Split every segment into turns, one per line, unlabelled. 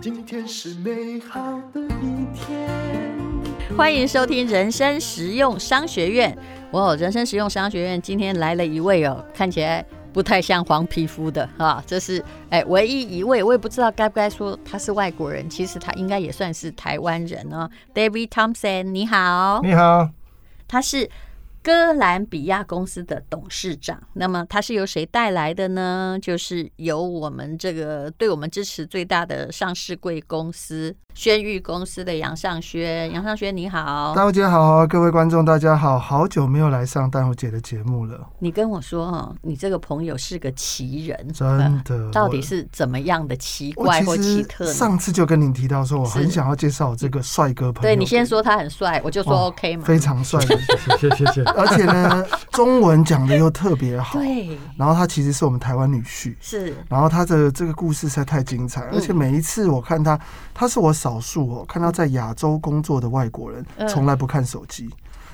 今天是美好的一天。
欢迎收听人生实用商学院。哇、哦，人生实用商学院今天来了一位哦，看起来不太像黄皮肤的哈、这是哎唯一一位，我也不知道该不该说他是外国人，其实他应该也算是台湾人哦。David Thompson，你好，
你好，
他是哥兰比亚公司的董事长。那么他是由谁带来的呢？就是由我们这个对我们支持最大的上市贵公司轩誉公司的杨尚轩。杨尚轩，你好。
大姐好，各位观众大家好，好久没有来上丹虎姐的节目了，
你跟我说哦，你这个朋友是个奇人，
真的。
嗯到底
我
是怎么样的奇
我
怪或奇
其
特
实
呢？
上次就跟你提到说，我
是
很想要介绍我这个帅哥朋友。
对你先，说他很帅，我就说
哇
OK 嘛。
非常帅的，
谢谢谢谢。
而且 呢，中文讲的又特别好。
对，
然后他其实是我们台湾女婿。
是
然后他的这个故事实在太精
嗯
彩，而且每一次我看他，他是我少数哦看到在亚洲工作的外国人
嗯哦
从来不看手机，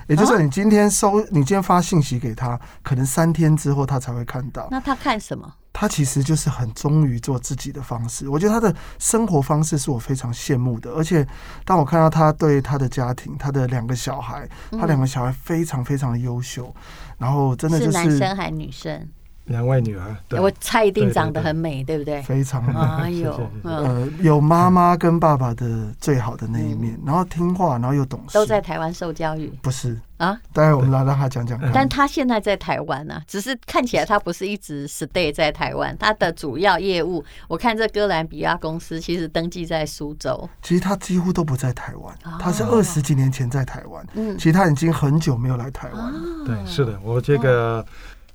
也就是说你今天收，你今天发信息给他，可能三天之后他才会看到。
那他看什么？
他其实就是很忠于做自己的方式，我觉得他的生活方式是我非常羡慕的。而且当我看到他对他的家庭，他的两个小孩，他两个小孩非常非常的优秀，然后真的就是
男
是
生嗯还是女生？哎
两位女儿，对，
我猜一定长得
对对对
很美，对 不对？
非常
哎呦
是是是，
嗯，
呃，有妈妈跟爸爸的最好的那一面，然后听话，然后又懂事，
嗯都在台湾受教育
不是？
啊。
待会我们来让他讲讲看。
但他现在在台湾呢、只是看起来他不是一直 stay 在台湾，他的主要业务，我看这哥兰比亚公司其实登记在苏州，
其实他几乎都不在台湾，
哦
他是二十几年前在台湾，
嗯啊
其实他已经很久没有来台湾了。
对，是的，我这个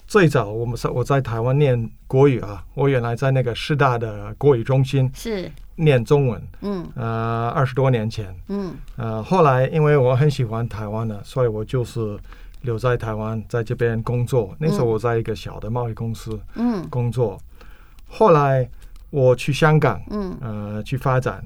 最早我们是我在台湾念国语啊，我原来在那个师大的国语中心
是，
念中文，
嗯
呃，二十多年前，
嗯，
呃，后来因为我很喜欢台湾呢，所以我就是留在台湾，在这边工作。那时候我在一个小的贸易公司
嗯
工作，后来我去香港，
嗯
呃，去发展。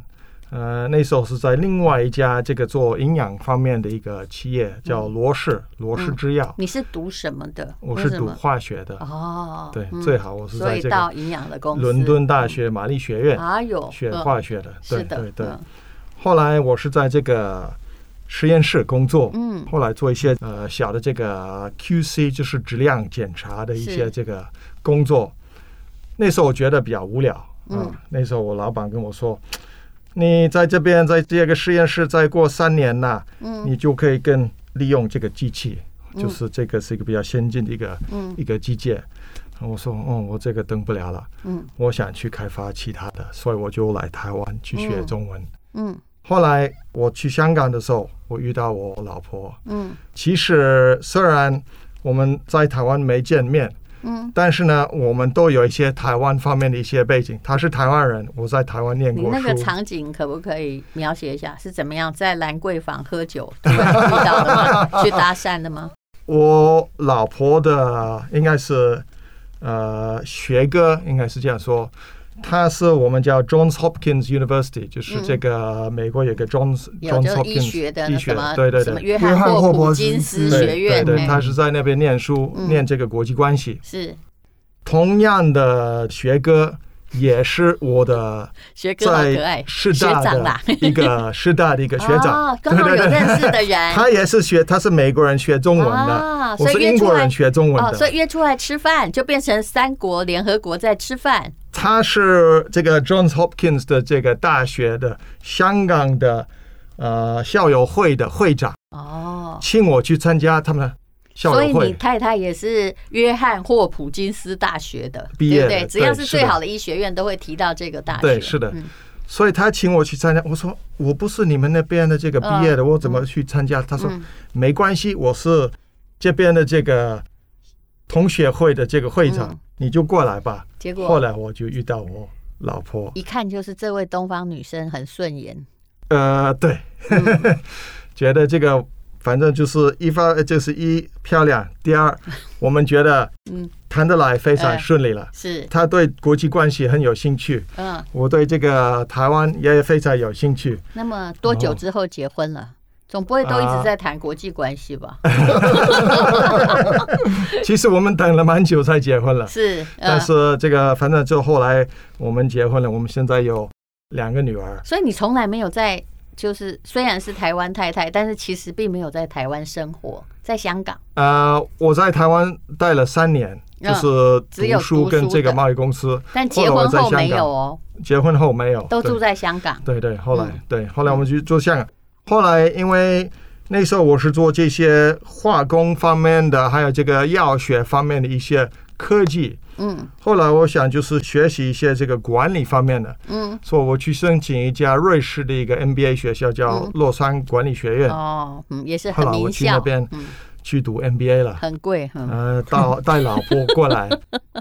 呃，那时候是在另外一家这个做营养方面的一个企业，叫罗氏，罗氏制药。
你是读什么的？
我
为
是
什
读
么
化学的，
哦，
对，
嗯
最好我是
所
在
以
这
到
个
营养的公司，
伦敦大学玛丽学院
啊有
学
嗯
化学的，对
是的，
对对。
嗯
后来我是在这个实验室工作，
嗯
后来做一些呃小的这个 QC，就是质量检查的一
是
些这个工作。那时候我觉得比较无聊，
嗯
啊那时候我老板跟我说。你在这边，在这个实验室再过三年呐、
嗯
你就可以更利用这个机器，就是这个是一个比较先进的一个、
嗯
一个机械。我说，嗯，我这个登不了了，
嗯
我想去开发其他的，所以我就来台湾去学
嗯
中文。
嗯
后来我去香港的时候，我遇到我老婆。
嗯
其实虽然我们在台湾没见面，
嗯，
但是呢，我们都有一些台湾方面的一些背景。她是台湾人，我在台湾念
你
过
那
书
个。场景可不可以描写一下？是怎么样在兰桂坊喝酒遇到的 吗？去搭讪的吗？
我老婆的应该是呃学哥，应该是这样说。他是我们叫 Johns Hopkins University，就是这个美国有个 Johns、
有
Johns
就是
Hopkins
医学的那
医
什
学
么
对对
什
对
么，约
约
翰
翰
霍
霍
普
普
金
金
斯
斯
学院，
对对，
哎
他是在那边念书，
嗯
念这个国际关系。
是
同样的学哥也是我的
学哥好可爱
在，师
学
大
长啦
的，一个师大的一个 学长
哦，刚好有认识的人
他也是学，他是美国人学中文
啊
的，
所
我是
以约
英
出
国
来
人学中文
哦，所
的。
以约出来吃饭就变成三国联合国在吃饭，
他是这个 Johns Hopkins 的这个大学的香港的呃校友会的会长，
哦，
请我去参加他们的校
所以
友
你
会。
太太也是约翰霍普金斯大学的，
毕业
对
的
不对？
对
只要是
是
最
的
好的医学院，都会提到这个大学。
对是的
嗯
所以他请我去参加，我说我不是你们那边的这个毕业的，我怎么去参加？他说
嗯
没关系，我是这边的这个同学会的这个会长，
嗯
你就过来吧。
结
后
果
来我就遇到我老婆，
一看就是这位东方女生很顺眼，
呃，对， 觉得这个反正就是一发就是一漂亮，第二我们觉得
嗯
谈得来非
哎
常顺利了。
是
他对国际关系很有兴趣，
嗯。
我对这个台湾也非常有兴趣。
那么多久之后结婚了？总不会都一直在谈国际关系 吧？
其实我们等了蛮久才结婚了，
是，
但
嗯，
是这个反正就后来我们结婚了，我们现在有两个女儿。
所以你从来没有在，就是虽然是台湾太太，但是其实并没有在台湾生活，在香港。
呃，我在台湾待了三年，就
嗯
是
只有
读书
读
跟
书
这个
的
贸易公司。
但结
后来
婚
我在
后没
香港
有哦，
结婚后没有，
都
对
住在香港。
对对，后来、
嗯
对，后来我们去做香港。后来因为那时候我是做这些化工方面的，还有这个药学方面的一些科技。
嗯
后来我想就是学习一些这个管理方面的，
嗯，
所以我去申请一家瑞士的一个 MBA 学校，叫
嗯
洛桑管理学院，
哦，嗯，也是很
后来我
名
去那
校，
边
嗯，
去读 MBA 了。
很贵，嗯
呃，到带老婆过来，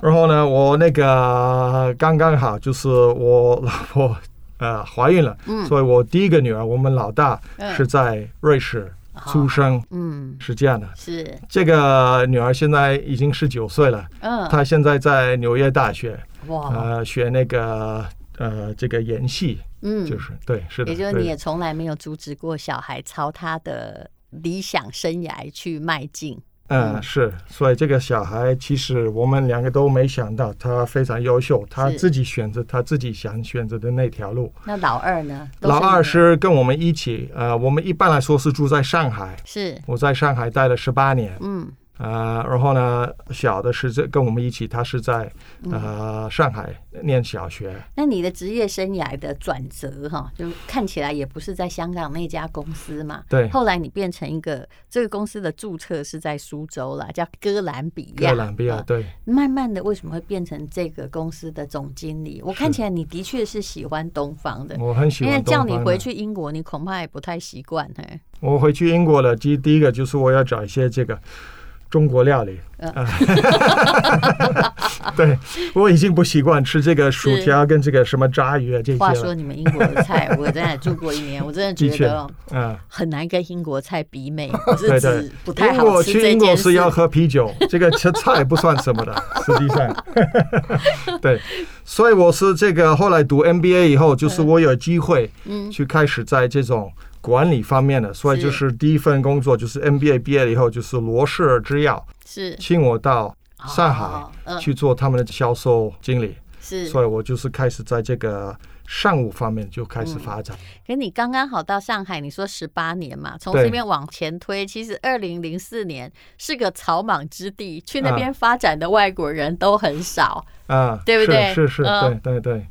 然后呢，我那个刚刚好就是我老婆呃 怀孕了，
嗯
所以我第一个女儿，我们老大
嗯
是在瑞士出生，
嗯，
是这样的。
是，
这个女儿现在已经十九岁了，
嗯，
她现在在纽约大学
哇，
呃学那个呃这个演戏，
嗯，
就是对，是的，
也就
对
是你也从来没有阻止过小孩朝他的理想生涯去迈进。
嗯，是，所以这个小孩其实我们两个都没想到，他非常优秀，他
是
自己选择他自己想选择的那条路。
那老二呢？都
老
你
二
的
是跟我们一起，呃，我们一般来说是住在上海，
是，
我在上海待了十八年，
嗯
呃，然后呢，小的是这跟我们一起，他是在
嗯
呃上海念小学，
那你的职业生涯的转折哈，就看起来也不是在香港那家公司嘛。
对
后来你变成一个这个公司的注册是在苏州啦，叫哥兰比亚。
哥伦比亚，
嗯
对，
慢慢的为什么会变成这个公司的总经理？我看起来你的确是喜欢东方的，
我很喜
因为
欢。
叫你回，去英国，你恐怕也不太习惯嘿。
我回去英国了，第第一个就是我要找一些这个中国料理。
嗯
啊 对，我已经不习惯吃这个薯
是
条跟这个什么炸鱼啊这
话
些
说
了。
你们英国的菜，我在那里住过一 年，我真的
的
觉
确
得哦，
嗯，
很难跟英国菜比 美，我是
对对
指不太
英国
好吃
去
这
英国
件
是
事。
要喝啤酒，这个 吃菜不算什么的，实际上， 对，所以我是这个后来读 MBA 以后，就是我有机会
嗯
去开始在这种管理方面的，所以
是
就是第一份工作就是 MBA 毕业了以后，就是罗氏制药
是
请我到上海
哦嗯
去做他们的销售经理，
是，
所以我就是开始在这个商务方面就开始发展。
可你刚刚好到上海，你说十八年嘛，从
对
这边往前推，其实二零零四年是个草莽之地，去那边发展的外国人都很少。
啊，
嗯对不对
是是是，
嗯
对对对。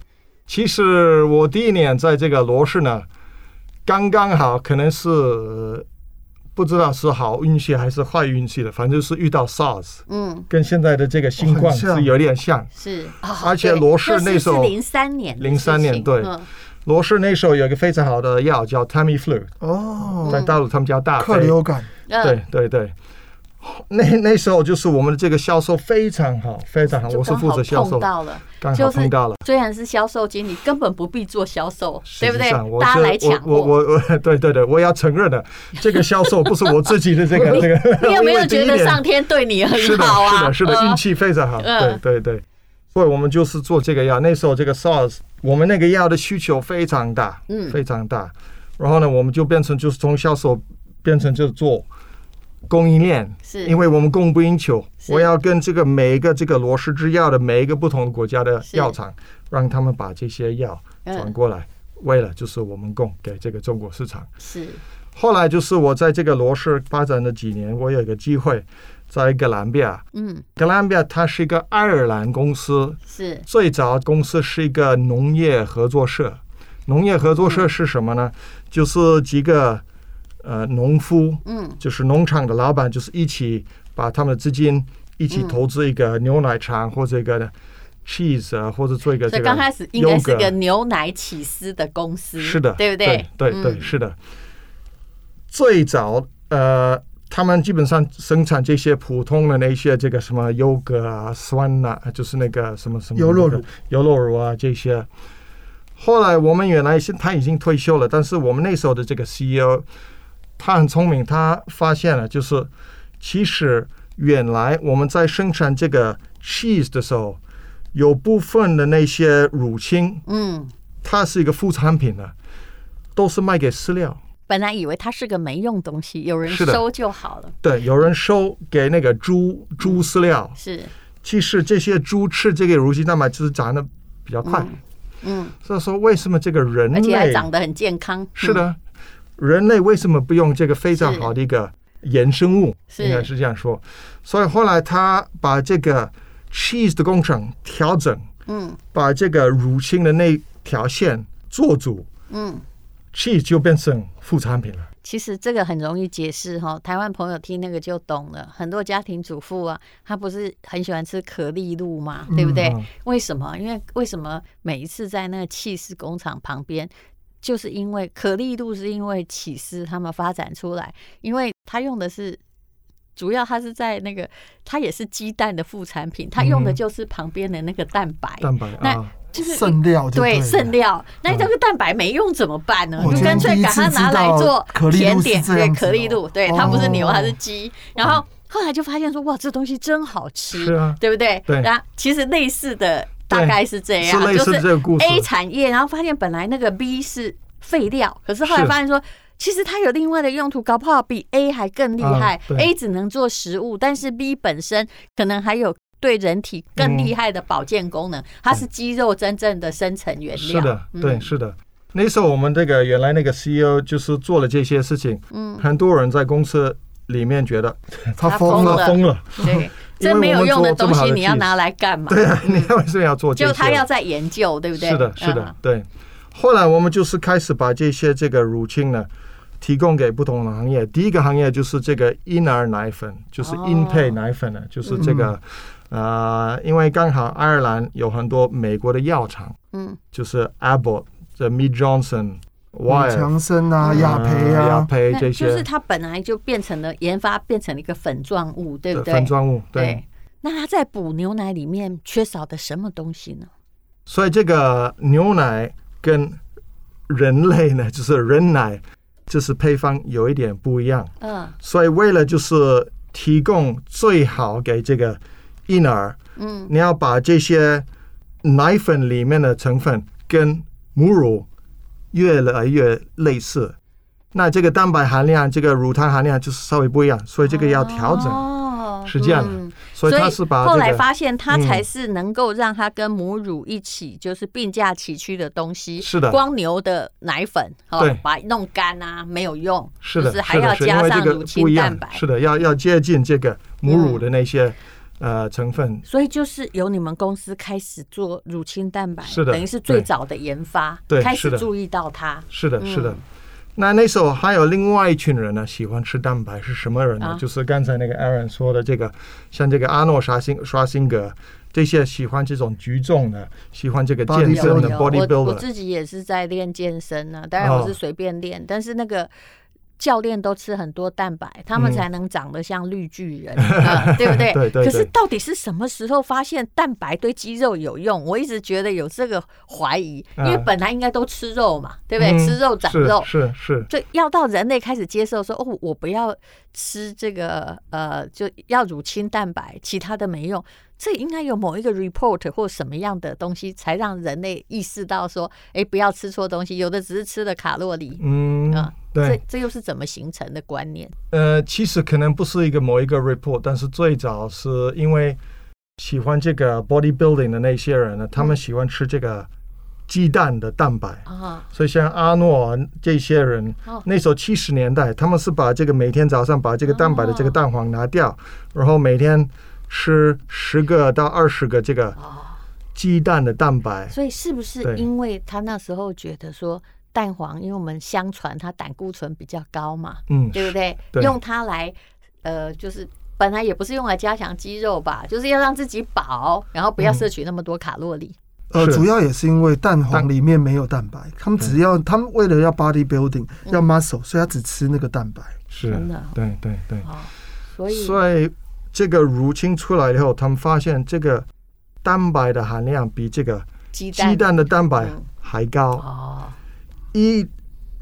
其实我第一年在这个罗氏呢，刚刚好，可能是呃不知道是好运气还是坏运气了，反正就是遇到 SARS，
嗯，
跟现在的这个新
很
冠
哦
像
是有点像。
是，哦
而且
对
罗氏
是
那时候
是零三年的事情，
03年对
嗯
罗氏那时候有一个非常好的药叫 Tamiflu，
哦，
嗯
在大陆他们叫大
客
飞。
流感
呃
对，对对。那那时候就是我们的这个销售非常好，非常好，
就
我是
刚
负责
好
销售
碰，到了。
刚
就
好
是
碰到了。
虽然是销售经理，根本不必做销售，对不
实
对
际上？我
大家
是
来抢
我我我 我，对对对，我要承认的，这个销售不是我自己的这个这个。
你有没
因
有
为第
觉
一
得
年
上天对你
是
很
的，
好啊？
是的，是的，
嗯
运气非常好。对
嗯
对对，所以我们就是做这个药。那时候这个 SARS，我们那个药的需求非常大，
嗯
非常大。然后呢，我们就变成就是从销售变成就是做供应链，
嗯是
因为我们供不应求，
是
我要跟这个每一个这个罗氏制药的每一个不同的国家的
是
药厂，让他们把这些药转
嗯
过来，为了就是我们供给这个中国市场。
是
后来就是我在这个罗氏发展了几年，我有一个机会在哥伦比亚。
嗯
哥伦比亚它是一个爱尔兰公司，
是
最早公司是一个农业合作社。农业合作社是什么呢？就是几个呃农夫，
嗯
就是农场的老板，就是一起把他们的资金一起
嗯
投资一个牛奶厂或者一个 cheese 啊，或者做一个
所
这
以
个。
刚开始应该是
yogurt
个牛奶起司的公司，
是的，
对不
对？对对
嗯
是的。最早呃，他们基本上生产这些普通的那些这个什么优格啊、酸呐、就是那个什么什么
优酪乳
那个、优酪乳啊这些。后来我们原来是他已经退休了，但是我们那时候的这个 CEO，他很聪明，他发现了就是其实原来我们在生产这个 cheese 的时候，有部分的那些乳清
嗯，
啊它是一个副产品呢，都是卖给饲料。
本来以为它是个没用东西，有人
是的
收就好了。
对，有人收给那个猪
嗯
猪饲料，
是，
其实这些猪吃这个乳清蛋白质长得比较快，
嗯，
所以说为什么这个人
而且还
类
长得很健康。
是的，人类为什么不用这个非常
是
好的一个衍生物？
是
应该是这样说。所以后来他把这个 cheese 的工程调整，
嗯，
把这个乳清的那条线做主
嗯嗯，
，cheese 就变成副产品了。
其实这个很容易解释哈，台湾朋友听那个就懂了。很多家庭主妇啊，她不是很喜欢吃可丽露嘛，对不对？
嗯
为什么？因为为什么每一次在那个气势工厂旁边，就是因为可丽露是因为起司他们发展出来，因为它用的是。主要它是在那个，它也是鸡蛋的副产品，它用的
嗯
就是旁边的那个蛋白，
蛋白
那
啊，
就是
剩料就
对
了嗯
剩料，那这个蛋白没用怎么办呢？
我
就
今
干
天
脆
第一
把它
次
拿
知
来
道
做
可丽
甜
露
点，
是这
对，
样子
可丽
哦
露，对，它不是牛，
哦
它是鸡。然后后来就发现说，哇，这东西真好吃，
是啊
对不对？
对
然后其实类似的大
对
概是这
是
样，
类
就
似
是
这个故事。
A 产业，然后发现本来那个 B 是废料，可是后来
是
发现说，其实它有另外的用途，搞不好比 A 还更厉害
啊。对
A 只能做食物，但是 B 本身可能还有对人体
嗯
更厉害的保健功能，它是肌肉真正的生成原料。
是的，
嗯
对，是的。那时候我们这个原来那个 CEO 就是做了这些事情，
嗯，
很多人在公司里面觉得
他
他
疯
疯
了
了，
疯了，
对，
因为
真没有
我们
用的
做
东
这么好
西
的
你要
cheese
拿来干嘛？
对啊，你为什么要做这
嗯就
些？
他要在研究，对不对？
是的，是的
嗯，，
对。后来我们就是开始把这些这个乳清呢，提供给不同的行业。第一个行业就是这个婴儿奶粉，就是
哦嗯
婴配奶粉呢，就是这个、呃，因为刚好爱尔兰有很多美国的药厂，
嗯，
就是 Abbott、这 Mead Johnson、
哇，
Wyre、
强生啊，
嗯
雅培
呃雅
啊，
培
那
这
就
些
是它本来就变成了研发变成了一个粉状物，对不
的
对？
粉状物，对。
对，那它在补牛奶里面缺少的什么东西呢？
所以这个牛奶跟人类呢，就是人奶，就是配方有一点不一样。
嗯
所以为了就是提供最好给这个婴儿，
嗯，
你要把这些奶粉里面的成分跟母乳越来越类似。那这个蛋白含量、这个乳糖含量就是稍微不一样，所以这个要调整。
哦
是这样的
嗯
所以它是把
后
这
来
个嗯
发现它才是能够让它跟母乳一起就是并驾齐驱的东西。
是的
光牛的奶粉哦
对，
把它弄干啊没有用，
是
就
的，
是还
是的
要
是因
加
为这
上
个
乳
不一
清蛋
样
白。嗯
是的，要要接近这个母乳的那些、呃成分。
所以就是由你们公司开始做乳清蛋白，
是的
等于是最
对
早的研发，
对
开
是
始
的
注意到它。
是的，是的。
嗯
那那时候还有另外一群人呢，喜欢吃蛋白是什么人呢？
啊
就是刚才那个 Aaron 说的这个，像这个阿诺沙辛刷辛格这些喜欢这种举重的，喜欢这个健
有
身的
有，我我
bodybuilder。
自己也是在练健身呢、当然我是
哦
随便练，但是那个。教练都吃很多蛋白，他们
嗯
才能长得像绿巨人，啊对不对？
对对
可是
对
到底是什么时候发现蛋白对肌肉有用？我一直觉得有这个怀疑，因为
嗯
本来应该都吃肉嘛，对不对？
嗯
吃肉长肉，
是是是，
所以要到人类开始接受说，哦，我不要吃这个，呃，就要乳清蛋白，其他的没用。这应该有某一个 report 或什么样的东西，才让人类意识到说，哎，不要吃错东西。有的只是吃了卡路里，
嗯，
啊这
对，
这又是怎么形成的观念？
呃，其实可能不是一个某一个 report，但是最早是因为喜欢这个 bodybuilding 的那些人呢，他们喜欢吃这个鸡蛋的蛋白。
啊，
所以像阿诺啊这些人，
哦
那时候七十年代，他们是把这个每天早上把这个蛋白的这个
哦
蛋黄拿掉，然后每天吃十个到二十个这个
哦
鸡蛋的蛋白。
所以是不是
对
因为他那时候觉得说蛋黄，因为我们相传它胆固醇比较高嘛，
嗯，
对不对？
对
用它来，呃，就是本来也不是用来加强肌肉吧，就是要让自己饱，然后不要摄取那么多卡路里。
呃，
是
主要也是因为蛋黄里面没有蛋白，他们只要他们为了要 body building
嗯
要 muscle，所以他只吃那个蛋白。
是
真的
对对对。
哦，所以
嗯所以这个乳清出来以后，他们发现这个蛋白的含量比这个
鸡蛋
鸡蛋的蛋白
嗯
还高。
哦，
一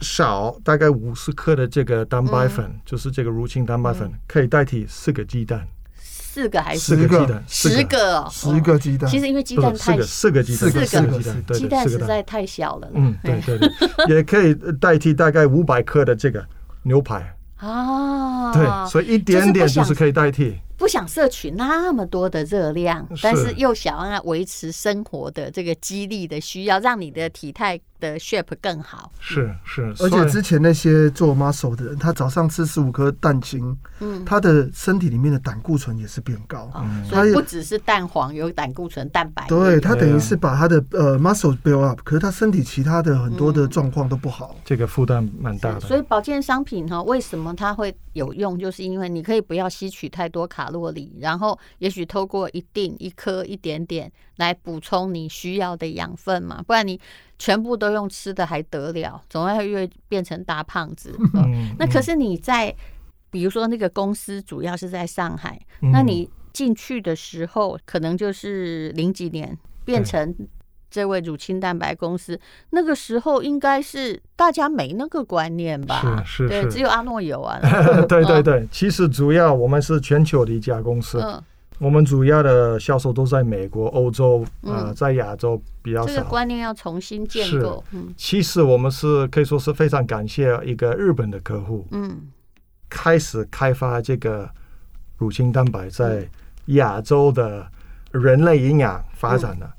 勺大概五
嗯
十克的这个蛋白粉，就是这个乳清蛋白粉，可以代替四个鸡蛋。
四个还是
四个
十个
鸡蛋，四
十个哦？
十个鸡蛋
其，实因为鸡
不
蛋
是四
太
个四个鸡蛋，
四个
四个鸡
四个
蛋，对
鸡
对
蛋
四
实
个蛋，
在太小了啦。
嗯，对对对， 也可以代替大概五百克的这个牛排，
啊，
对，所以一点点就是可以代替，
不想摄取那么多的热量，
是
但是又想要维持生活的这个激励的需要，让你的体态的 shape 更好。
是是，
而
所
且
以
之前那些做 muscle 的人，他早上吃十五颗蛋清，
嗯，
他的身体里面的胆固醇也是变高。
哦
他
所以
也
不只是蛋黄有胆固醇、蛋白，
对他
嗯对啊
等于是把他的呃 muscle build up，可是他身体其他的很多的
嗯
状况都不好。
这个负担蛮大
所
的，
以保健商品哈，为什么它会有用？就是因为你可以不要吸取太多卡路里，然后也许透过一定一颗一点点来补充你需要的养分嘛，不然你全部都用吃的还得了，总要越变成大胖 子。
嗯
那可是你在，比如说那个公司主要是在上海，
嗯
那你进去的时候可能就是零几年变成这位乳清蛋白公司，那个时候应该是大家没那个观念吧？
是是
对，
是
只有阿诺有 啊。
对对对，其实主要我们是全球的一家公司，
嗯，
我们主要的销售都在美国、欧洲，呃，
嗯
在亚洲比较
这个
少。
观念要重新建
是
构。嗯
其实我们是可以说是非常感谢一个日本的客户，
嗯
开始开发这个乳清蛋白在
嗯
亚洲的人类营养发展的。
嗯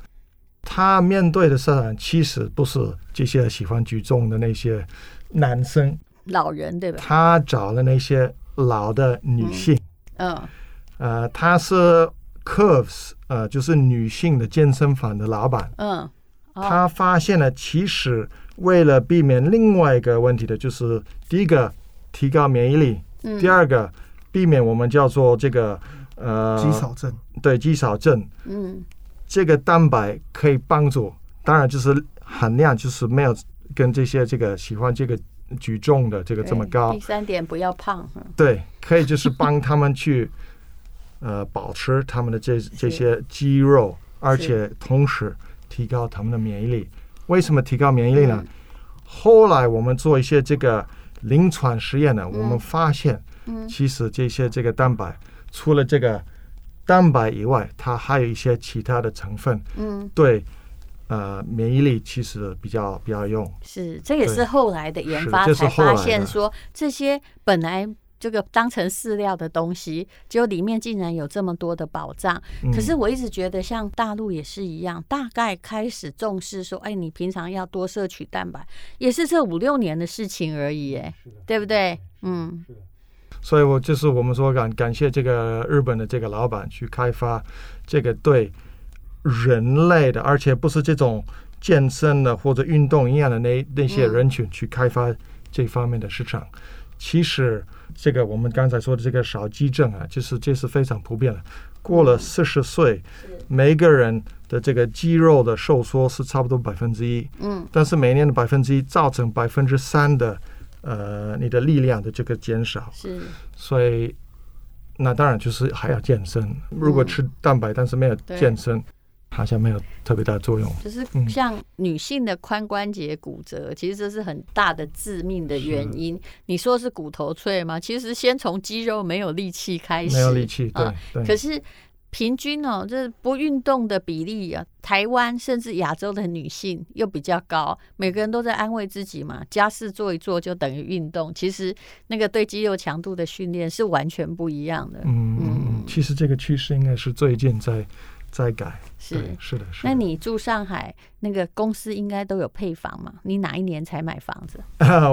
他面对的市场其实不是这些喜欢举重的那些男生，
老人对吧？
他找了那些老的女性，
嗯
呃，他是 Curves，呃，就是女性的健身房的老板，
嗯，哦
他发现了，其实为了避免另外一个问题的，就是第一个提高免疫力，
嗯
第二个避免我们叫做这个呃
肌少症，
对肌少症，
嗯
这个蛋白可以帮助，当然就是含量就是没有跟这些这个喜欢这个举重的这个这么
对
高
第，三点不要胖。嗯
对，可以就是帮他们去呃保持他们的这这些肌肉，而且同时提高他们的免疫力。为什么提高免疫力呢？
嗯
后来我们做一些这个临床实验呢，我们发现，
嗯
其实这些这个蛋白除了这个蛋白以外，它还有一些其他的成分
嗯，
对。呃，免疫力其实比较比较用，
是，这也是
对
后来的研
是
发
这是
才
后来
发
的
现说，这些本来这个当成饲料的东西，结果里面竟然有这么多的宝藏。
嗯
可是我一直觉得，像大陆也是一样，大概开始重视说，哎，你平常要多摄取蛋白，也是这五六年的事情而已，哎，对不对？嗯
所以我就是我们说感感谢这个日本的这个老板去开发这个对人类的，而且不是这种健身的或者运动一样的那那些人群去开发这方面的市场。其实这个我们刚才说的这个少肌症啊，就是这是非常普遍的。过了四十岁，每一个人的这个肌肉的收缩是差不多百分之一，
嗯
但是每年的百分之一造成百分之三的呃你的力量的这个减少。
是
所以那当然就是还要健身。如果吃蛋白，但是没有
对
健身，好像没有特别大作用。
就是
嗯
像女性的髋关节骨折，其实这是很大的致命的原因。你说是骨头脆吗？其实先从肌肉没有力气开始，
没有力气，对、
啊可
对，
是平均哦，这不运动的比例啊，台湾甚至亚洲的女性又比较高。每个人都在安慰自己嘛，家事做一做就等于运动。其实那个对肌肉强度的训练是完全不一样的。
嗯嗯
嗯
嗯，其实这个趋势应该是最近在在改，对
是，。
是的，是的。
那你住上海，那个公司应该都有配房嘛？你哪一年才买房子？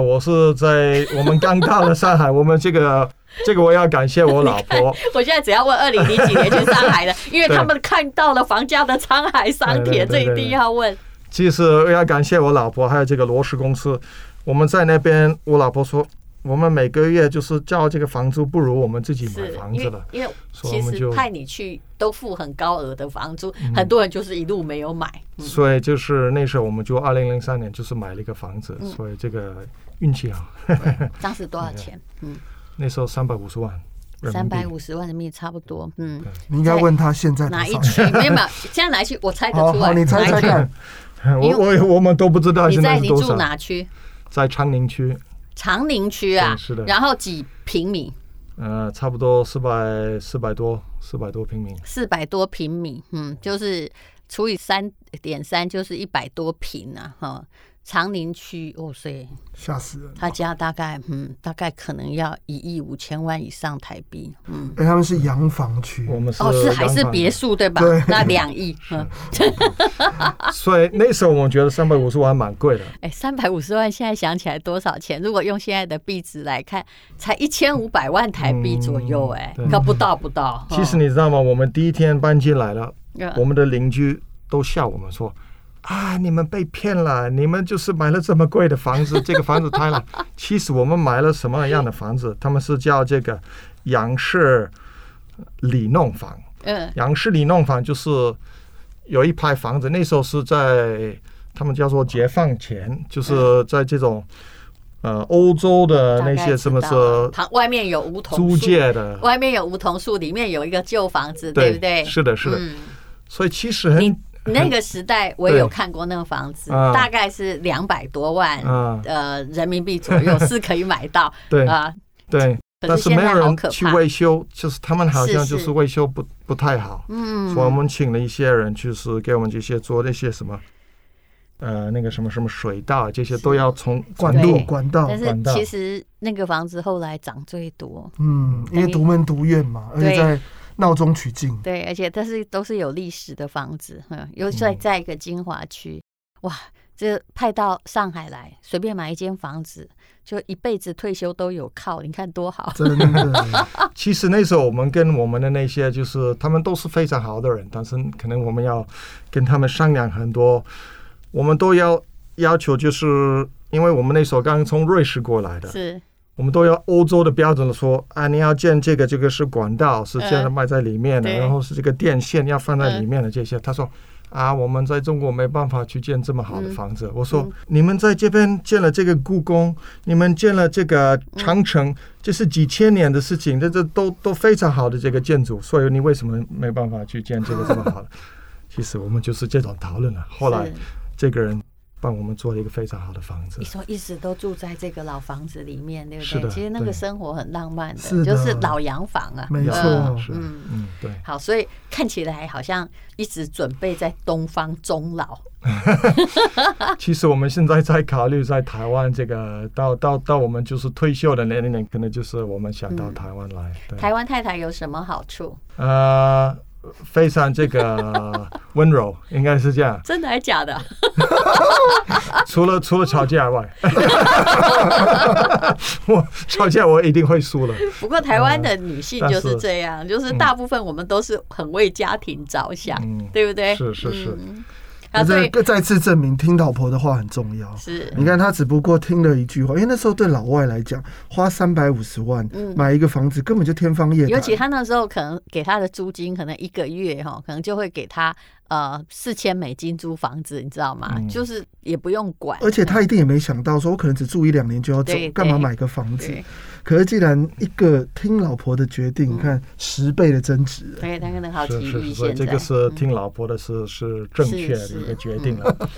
我是在我们刚到了上海，我们 这个这个我要感谢我老婆，
我现在只要问二零零几年去上海的，因为他们看到了房价的沧海桑田，
对对
这
对
一定要问。
其实我要感谢我老婆，还有这个罗氏公司。我们在那边，我老婆说，我们每个月就是交这个房租，不如我们自己买
是
房
因
子
为
了。
因为
所以
其
我们
实
就
派你去都付很高额的房租，很多人就是一路没有买。嗯
所以就是那时候我们就二零零三年就是买了一个房子，
嗯
所以这个运气好。
当时多少钱？嗯，
那时候三百五十万人
三
民币，
百五十万人民币差不多。嗯，
你应该问他现在多
哪一
少？
区？没有没有，现在哪一区？我猜得
好
出
好，
来。
你猜猜
哪一区？
看，
因为
我我我们都不知道
你
现
在
在
你
是多
住
少，
哪区？
在昌宁区
长宁区啊
对是的，
然后几平米？
呃，差不多四百四百多四百多平米，
四百多平米，嗯，就是除以三点三，就是一百多平啊，哈。长宁区，哦，所以
吓死人！
他家大概，嗯，大概可能要一亿五千万以上台币，嗯，
哎，他们是洋房区，
我们是
哦，是还
洋
是
房
别墅对吧？
对
那两 亿，嗯，
所以那时候我们觉得三百五十万蛮贵的，
哎，三百五十万，现在想起来多少钱？如果用现在的币值来看，才一千五百万台币左右、哎、
嗯对
搞不到不到。
其实你知道吗？我们第一天搬进来了，
嗯
我们的邻居都笑我们说：“啊，你们被骗了，你们就是买了这么贵的房 子，这个房子太烂。”其实我们买了什么样的房子？他们是叫这个杨氏里弄房。
嗯
杨氏里弄房就是有一排房子，那时候是在他们叫做解放前，就是在这种呃欧洲的呃那些什么是
旁外面有梧桐
租
树，
界的。
外面有梧桐树，里面有一个旧房子，
对
不对？
是的，是的。
嗯，
所以其实很
你那个时代我
对
有看过那个房子，
啊
大概是两百多万、
啊、
呃人民币左右是可以买到
对、
啊。
对，
可
但
是
是
现
没
在
有
好
人
可
去
怕，
维修，就是他们好
是
像就是是维修不不太好，
嗯
所以我们请了一些人，就是给我们这些做那些什么，呃，那个什么什么水稻这些都要从
管
从
路
对哦
管道
但，是
哦管道
其实那个房子后来涨最多，
嗯，因为独门独院嘛，而
对
且在闹中取 静，
对，而且它是都是有历史的房子，嗯，又在
嗯
在一个精华区，哇，这派到上海来，随便买一间房子，就一辈子退休都有靠，你看多好。
真的
其实那时候我们跟我们的那些，就是他们都是非常好的人，但是可能我们要跟他们商量很多，我们都要要求，就是因为我们那时候刚从瑞士过来的，
是，
我们都要欧洲的标准了说啊，你要建这个，这个是管道，是这样
嗯
卖在里面的，
对
然后是这个电线要放在里面的这些。他
嗯
说啊，我们在中国没办法去建这么好的房子。我说、
嗯
你们在这边建了这个故宫，你们建了这个长
嗯
城，这是几千年的事情，这这都都非常好的这个建筑，所以你为什么没办法去建这个这么 好的？其实我们就是这种讨论了。啊后来
是
这个人帮我们做了一个非常好的房子
你。说一直都住在这个老房子里面，对不
是
对？
的
其实那个
对
生活很浪漫的，
是的
就是老洋房啊，
没错
嗯
是的
嗯
嗯，对。
好，所以看起来好像一直准备在东方终老，
其实我们现在在考虑在台湾这个到到到我们就是退休的年龄，可能就是我们想到台湾来。对，
台湾太太有什么好处？
呃，非常这个温柔，应该是这样。
真的还假的？
除了除了吵架外，我吵架我一定会输了。
不过台湾的女性
嗯但
就是是这样，就是大部分我们都是很为家庭着想，
嗯
对不对？
是是是
嗯啊，
但
所
是
以
再次证明听老婆的话很重要。
是
你看，他只不过听了一句话，因为那时候对老外来讲，花三百五十万
嗯
买一个房子根本就天方夜
尤其
谭。
他那时候可能给他的租金，可能一个月哈，可能就会给他呃四千美金租房子，你知道吗？
嗯
就是也不用管，
而且他一定也没想到，说我可能只住一两年就要走
对，
干嘛
对
买个房子？
对
可是既然一个听老婆的决定，你
嗯
看十倍的增值，
对，他可能好
是
奇
是
遇
是，所以
现
这
在。
个是听老婆的是是正确的
是是
一个决定了。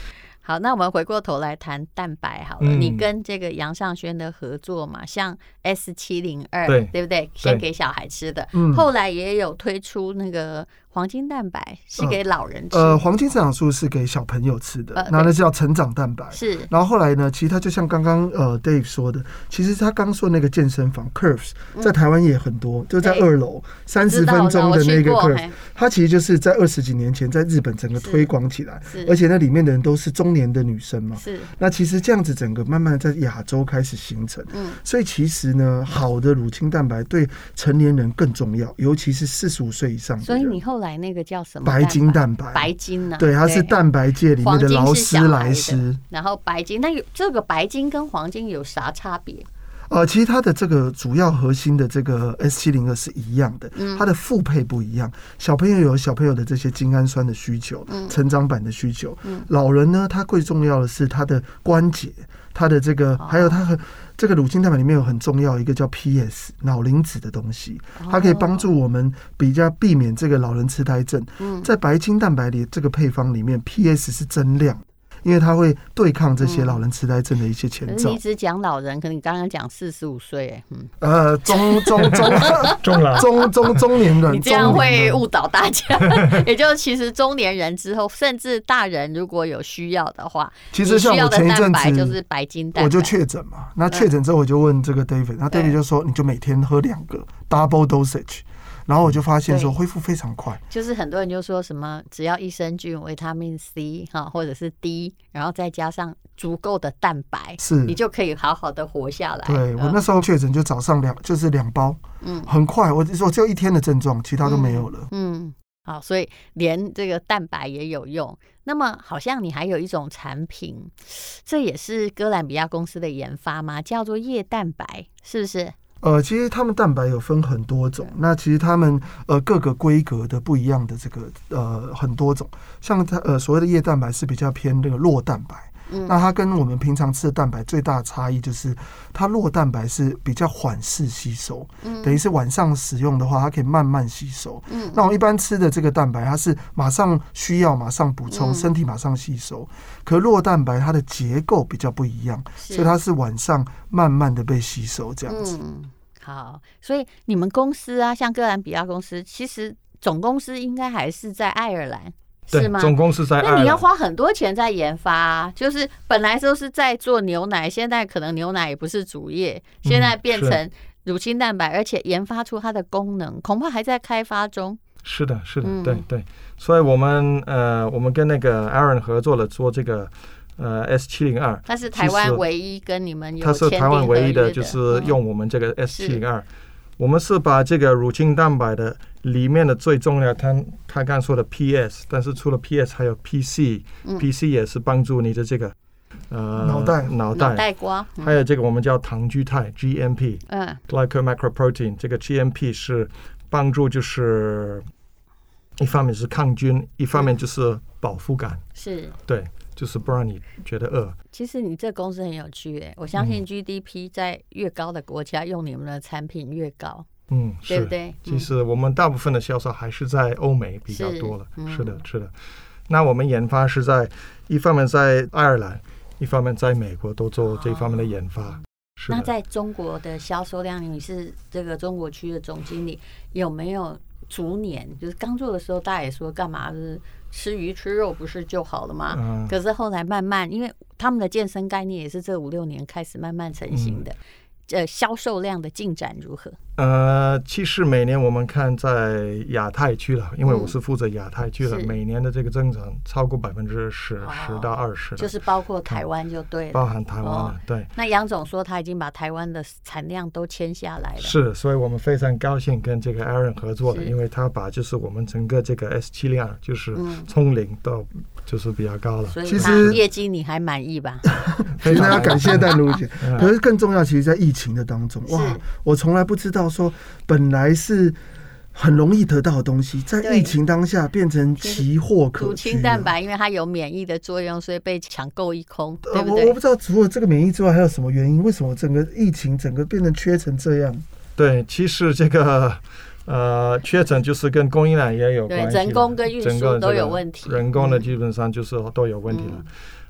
好，那我们回过头来谈蛋白好了。
嗯
你跟这个杨尚轩的合作嘛，像 S 七零二，
对
对不对？先给小孩吃的，
嗯
后来也有推出那个黄金蛋白，是给老人吃，
呃，黄金生长素是给小朋友吃的
呃，
那
对
那叫成长蛋白。
是
然后后来呢，其实它就像刚刚呃 Dave 说的，其实他刚说那个健身房 Curves 在台湾也很多，就在
嗯对
二楼三
知
十
道
分
了
钟
我
的
去
那个
过
Curves，
嘿
它其实就是在二十几年前在日本整个
是
推广起来，
是
而且那里面的人都是中年的女生嘛。
是
那其实这样子，整个慢慢在亚洲开始形成。
嗯，
所以其实呢，好的乳清蛋白对成年人更重要，尤其是四十五岁以上的
所以
人
你后来那个叫什么
白金蛋白，
白金呢、
对，它是蛋白界里面的劳斯莱
黄金
斯。
然后白金，那有这个白金跟黄金有啥差别？
呃，其实它的这个主要核心的这个 S 七零二是一样的，它的复配不一样。小朋友有小朋友的这些精氨酸的需求，成长版的需求。老人呢，他最重要的是他的关节，他的这个还有他很这个乳清蛋白里面有很重要一个叫 PS 脑磷脂的东西，它可以帮助我们比较避免这个老人痴呆症。在白金蛋白里这个配方里面，PS 是增量。因为它会对抗这些老人痴呆症的一些前
可是
兆
你。只讲老人，可你刚刚讲四十五岁，哎嗯，
呃，中中中
中了。
中中中年人，
你这样
中年啊
会
人
误导大家。也就是其实中年人之后，甚至大人如果有需要的话，
其实像
你需
我
要的
前一
蛋
阵
白就是
子。
白金蛋白，
我就确诊嘛，那确诊之后我就问这个 David，那
对
David 就说你就每天喝两个 double dosage，然后我就发现说
对
恢复非常快，
就是很多人就说什么只要益生菌、维他命 C 哈，或者是 D，然后再加上足够的蛋白，
是
你就可以好好的活下来。
对我
嗯
那时候确诊就早上两就是两包，
嗯
很快，我我只有一天的症状，其他都没有了。
嗯，好，所以连这个蛋白也有用。那么，好像你还有一种产品，这也是哥伦比亚公司的研发吗？叫做液蛋白，是不是？
呃，其实他们蛋白有分很多种，那其实他们呃各个规格的不一样的这个呃很多种，像它呃所谓的液蛋白是比较偏这个弱蛋白。
嗯
那它跟我们平常吃的蛋白最大的差异就是，它弱蛋白是比较缓释吸收，等于是晚上使用的话，它可以慢慢吸收。
嗯
那我一般吃的这个蛋白，它是马上需要马上补充，
嗯
身体马上吸收。可弱蛋白它的结构比较不一样，
是
所以它是晚上慢慢的被吸收这样子。
嗯，好，所以你们公司啊，像哥伦比亚公司，其实总公司应该还是在爱尔兰，
对
是，吗？
总公司在爱尔
那
兰。
你要花很多钱在研发、啊，就是本来都是在做牛奶，现在可能牛奶也不是主业，
嗯
现在变
啊
成乳清蛋白，而且研发出它的功能，恐怕还在开发中。
是的，是的，
嗯
对对，所以我们呃，我们跟那个 Aaron 合作了做这个呃 S 七零二，
它是台湾唯一跟你们有
它是
签
台湾
订
唯一
合
的
约
就是
嗯
用我们这个 S 七零二，我们是把这个乳清蛋白的里面的最重要，他他刚说的 PS，但是除了 PS 还有 PC，PC、
嗯
PC 也是帮助你的这个呃
脑袋
脑
脑袋，
袋瓜，嗯
还有这个我们叫糖聚肽 GMP，
嗯
glycomicroprotein 这个 GMP 是帮助，就是一方面是抗菌，一方面就是饱腹感，
是。
对，就是不让你觉得饿。
其实你这公司很有趣耶，我相
嗯
信 GDP 在越高的国家用你们的产品越高，
嗯，
对
是
不。对？
其实我们大部分的销售还是在欧美比较多了，
是嗯
是的，是的。那我们研发是在一方面在爱尔兰，一方面在美国都做这方面的研发。是
哦那
的。
在中国的销售量，你是这个中国区的总经理，有没有逐年？就是刚做的时候，大家也说干嘛就是吃鱼吃肉不是就好了吗？
嗯
可是后来慢慢，因为他们的健身概念也是这五六年开始慢慢成型的，
嗯
呃，销售量的进展如何？
呃，其实每年我们看在亚太区了，因为
嗯
我是负责亚太区的，
是哦
每年的这个增长超过百分之十，十到二十，
就是包括台湾就对了。
包含台湾
哦
了，对，
那杨总说他已经把台湾的产量都签下来了，
是，所以我们非常高兴跟这个 Aaron 合作了，
是
因为他把就是我们整个这个 S 七零二，就是
嗯
从零到就是比较高了，
所以
其
他
实
业绩你还满意吧？
其
非
实
常
要
高
感谢淡如 姐
嗯，
可是更重要，其实，在疫情的当中，哇
是，
我从来不知道说，本来是很容易得到的东西，在
对
疫情当下变成奇货
乳
可居
清
了。
蛋白因为它有免疫的作用，所以被抢购一空，对
呃，
不
我我
对
不？知道除了这个免疫之外，还有什么原因？为什么整个疫情整个变成缺成这样？
对，其实这个 呃，确诊就是跟供应链也有
对
关系了，
人工跟运
整
输
个
都
这个
有问题
人工的
嗯
基本上就是都有问题了
嗯。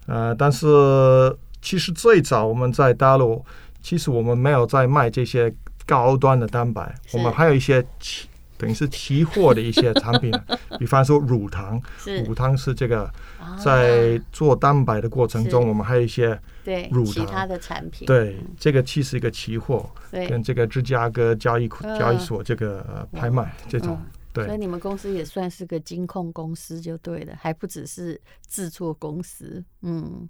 呃，但是其实最早我们在大陆，其实我们没有在卖这些高端的蛋白，
是
我们还有一些期，等于是期货的一些产 品，比方说乳糖，
是
乳糖是这个
啊
在做蛋白的过程中，
是
我们还有一些
对
乳
其
糖
他的产品，
对这个其实一个期货，
对
跟这个芝加哥交易库
嗯
交易所这个呃拍卖这种
嗯，所以
对
你们公司也算是个金控公司就对了，还不只是制作公司。嗯，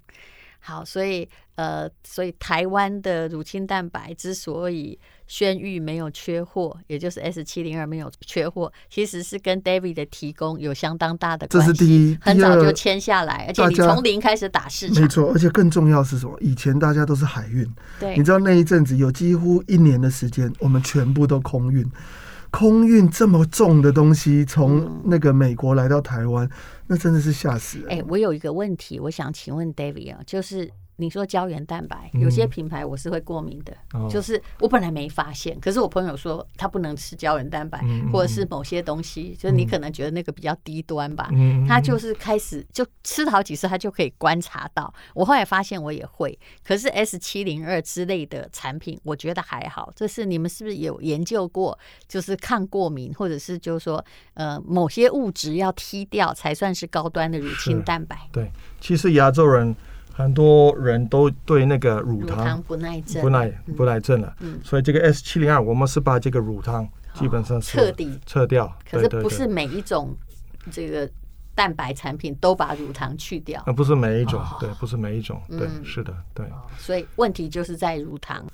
好，所以呃，所以台湾的乳清蛋白之所以轩誉没有缺货，也就是 S 七零二没有缺货，其实是跟 David 的提供有相当大的
这
关
是
系。
第一，
很
第
早就
二，
签下来，而且
大
你
家
从零开始打市
没
场，
错，而且更重要是什么？以前大家都是海运，
对
你，知道那一阵子有几乎一年的时间，我们全部都空运。空运这么重的东西从那个美国来到台湾，那真的是吓死人。
哎哎、我有一个问题，我想请问 David 啊，就是你说胶原蛋白，
嗯
有些品牌我是会过敏的，
哦
就是我本来没发现，可是我朋友说他不能吃胶原蛋白，
嗯嗯
或者是某些东西，就是你可能觉得那个比较低端吧，
嗯，
他就是开始就吃了好几次，他就可以观察到。我后来发现我也会，可是 S 七零二之类的产品，我觉得还好。这是你们是不是有研究过？就是抗过敏，或者是就是说，呃，某些物质要踢掉才算是高端的乳清
是
蛋白，
对，其实亚洲人很多人都对那个乳
乳
糖
糖不耐症，
不耐不耐症了，
嗯
所以这个 S 七零二我们是把这个乳糖基本上是
彻底。
撤掉，
可
对
是
对
不
对
是每一种这个蛋白产品都把乳糖去掉，
啊，不是每一种
哦，
对，不是每一种，对
嗯，
是的，对。
所以问题就是在乳糖。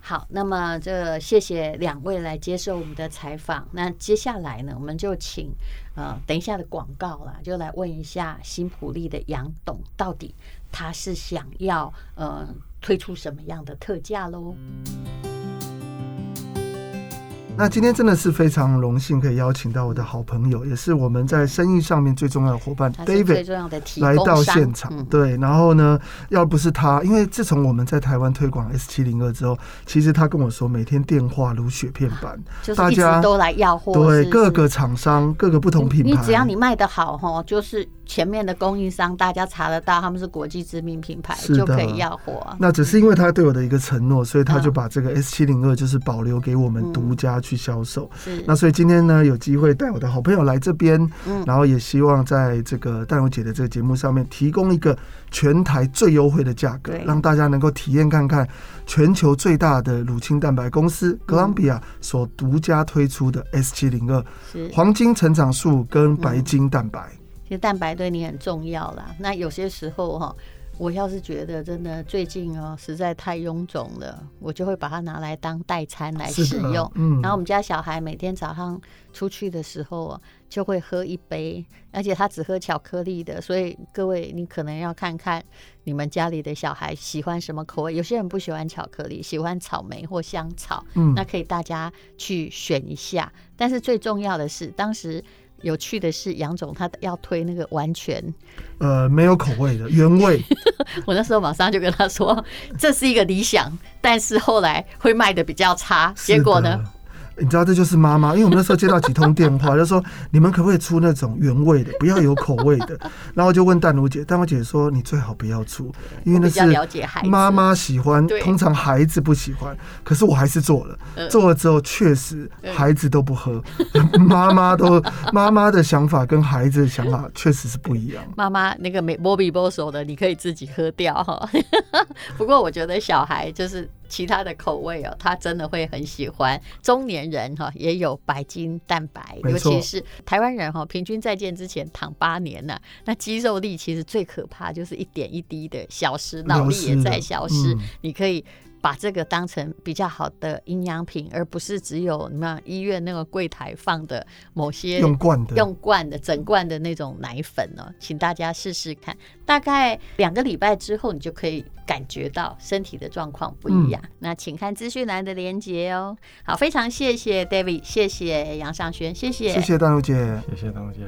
好，那么这谢谢两位来接受我们的采访。那接下来呢，我们就请呃等一下的广告啦，就来问一下新普利的杨董，到底他是想要呃推出什么样的特价喽？
嗯那今天真的是非常荣幸可以邀请到我的好朋友，也是我们在生意上面最重要的伙伴
他是最
David
重要呃的提供
来
商。
到现场。
嗯
对，然后呢，要不是他，因为自从我们在台湾推广 S 七零二之后，其实他跟我说每天电话如雪片般，
啊就是
大
一直
家
都来要货，
对
是不
各
是
个厂商、各个不同品牌，
你只要你卖的好吼，就是前面的供应商大家查得到，他们是国际知名品牌，
是的
就可以要货。啊
那只是因为他对我的一个承诺，所以他
哦嗯
就把这个 S 七零二就是保留给我
嗯
们独家去销售。
是
那所以今天呢，有机会带我的好朋友来这边，
嗯
然后也希望在这个淡如姐的这个节目上面提供一个全台最优惠的价格
对，
让大家能够体验看看全球最大的乳清蛋白公司
嗯
哥伦比亚所独家推出的 S 七零二
是，
黄金成长素跟
嗯
白金蛋白。
其实蛋白对你很重要啦。那有些时候哈，我要是觉得真的最近哦实在太臃肿了，我就会把它拿来当代餐来
是的
使用。
嗯
然后我们家小孩每天早上出去的时候啊，就会喝一杯，而且他只喝巧克力的，所以各位你可能要看看你们家里的小孩喜欢什么口味。有些人不喜欢巧克力，喜欢草莓或香草，
嗯
那可以大家去选一下。但是最重要的是，当时。有趣的是，杨总他要推那个完全，
呃，没有口味的原味，
我那时候马上就跟他说，这是一个理想，但是后来会卖的比较差。结果呢
是，的？你知道这就是妈妈，因为我们那时候接到几通电话，就说你们可不可以出那种原味 的，不要有口味的。然后我就问淡如姐，淡如姐说你最好不要出，因为
我
那
比较了
是
解孩子
妈妈喜欢
对，嗯
通常孩子不喜欢。可是我还是做了，做了之后确实孩子都不喝， 妈妈都妈妈的想法跟孩子的想法确实是不一样。
妈妈那个没波比波手的，你可以自己喝掉哈。 不过我觉得小孩就是其他的口味哦，他真的会很喜欢。中年人哈也有白金蛋白，
没
尤
错
其是台湾人哈，平均在建之前躺八年呐、那肌肉力其实最可怕就是一点一滴的消失，脑力也在消失。
流失了嗯
你可以。把这个当成比较好的营养品，而不是只有你看医院那个柜台放的某些
用惯的，
用罐的整罐的那种奶粉哦，请大家试试看。大概两个礼拜之后，你就可以感觉到身体的状况不一样。那请看资讯栏的连接哦。好，非常谢谢 David，谢谢杨尚轩，
谢谢淡如姐。
谢谢唐姐。